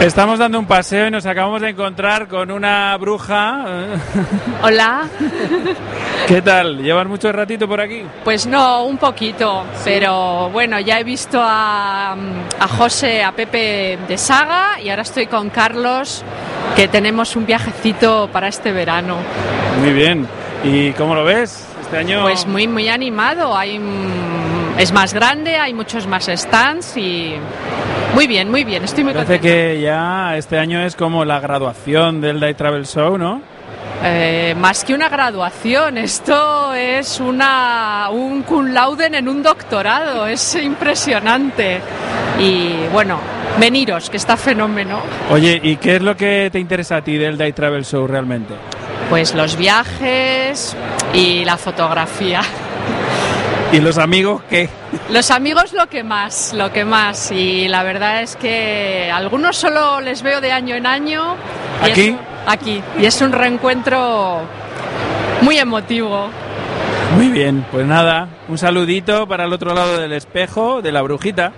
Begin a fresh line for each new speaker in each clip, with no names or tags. Estamos dando un paseo y nos acabamos de encontrar con una bruja.
Hola.
¿Qué tal? ¿Llevas mucho ratito por aquí?
Pues no, un poquito, pero bueno, ya he visto a, mm, a José, a Pepe de Saga y ahora estoy con Carlos, que tenemos un viajecito para este verano.
Muy bien. ¿Y cómo lo ves? Este año.
Pues muy, muy animado, hay, mm, es más grande, hay muchos más stands y muy bien, muy bien, estoy muy
Parece
contenta.
que ya este año es como la graduación del Day Travel Show, ¿no?
Eh, más que una graduación, esto es una, un cum laude en un doctorado, es impresionante. Y bueno, veniros, que está fenómeno.
Oye, ¿y qué es lo que te interesa a ti del Day Travel Show realmente?
Pues los viajes y la fotografía.
¿Y los amigos qué?
Los amigos lo que más, lo que más. Y la verdad es que algunos solo les veo de año en año. y es
¿Aquí?
un- aquí. Y es un reencuentro muy emotivo.
Muy bien, pues nada, un saludito para el otro lado del espejo de la brujita.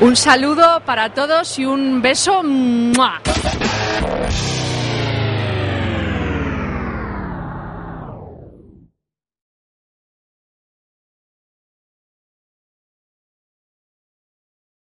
Un saludo para todos y un beso. ¡mua!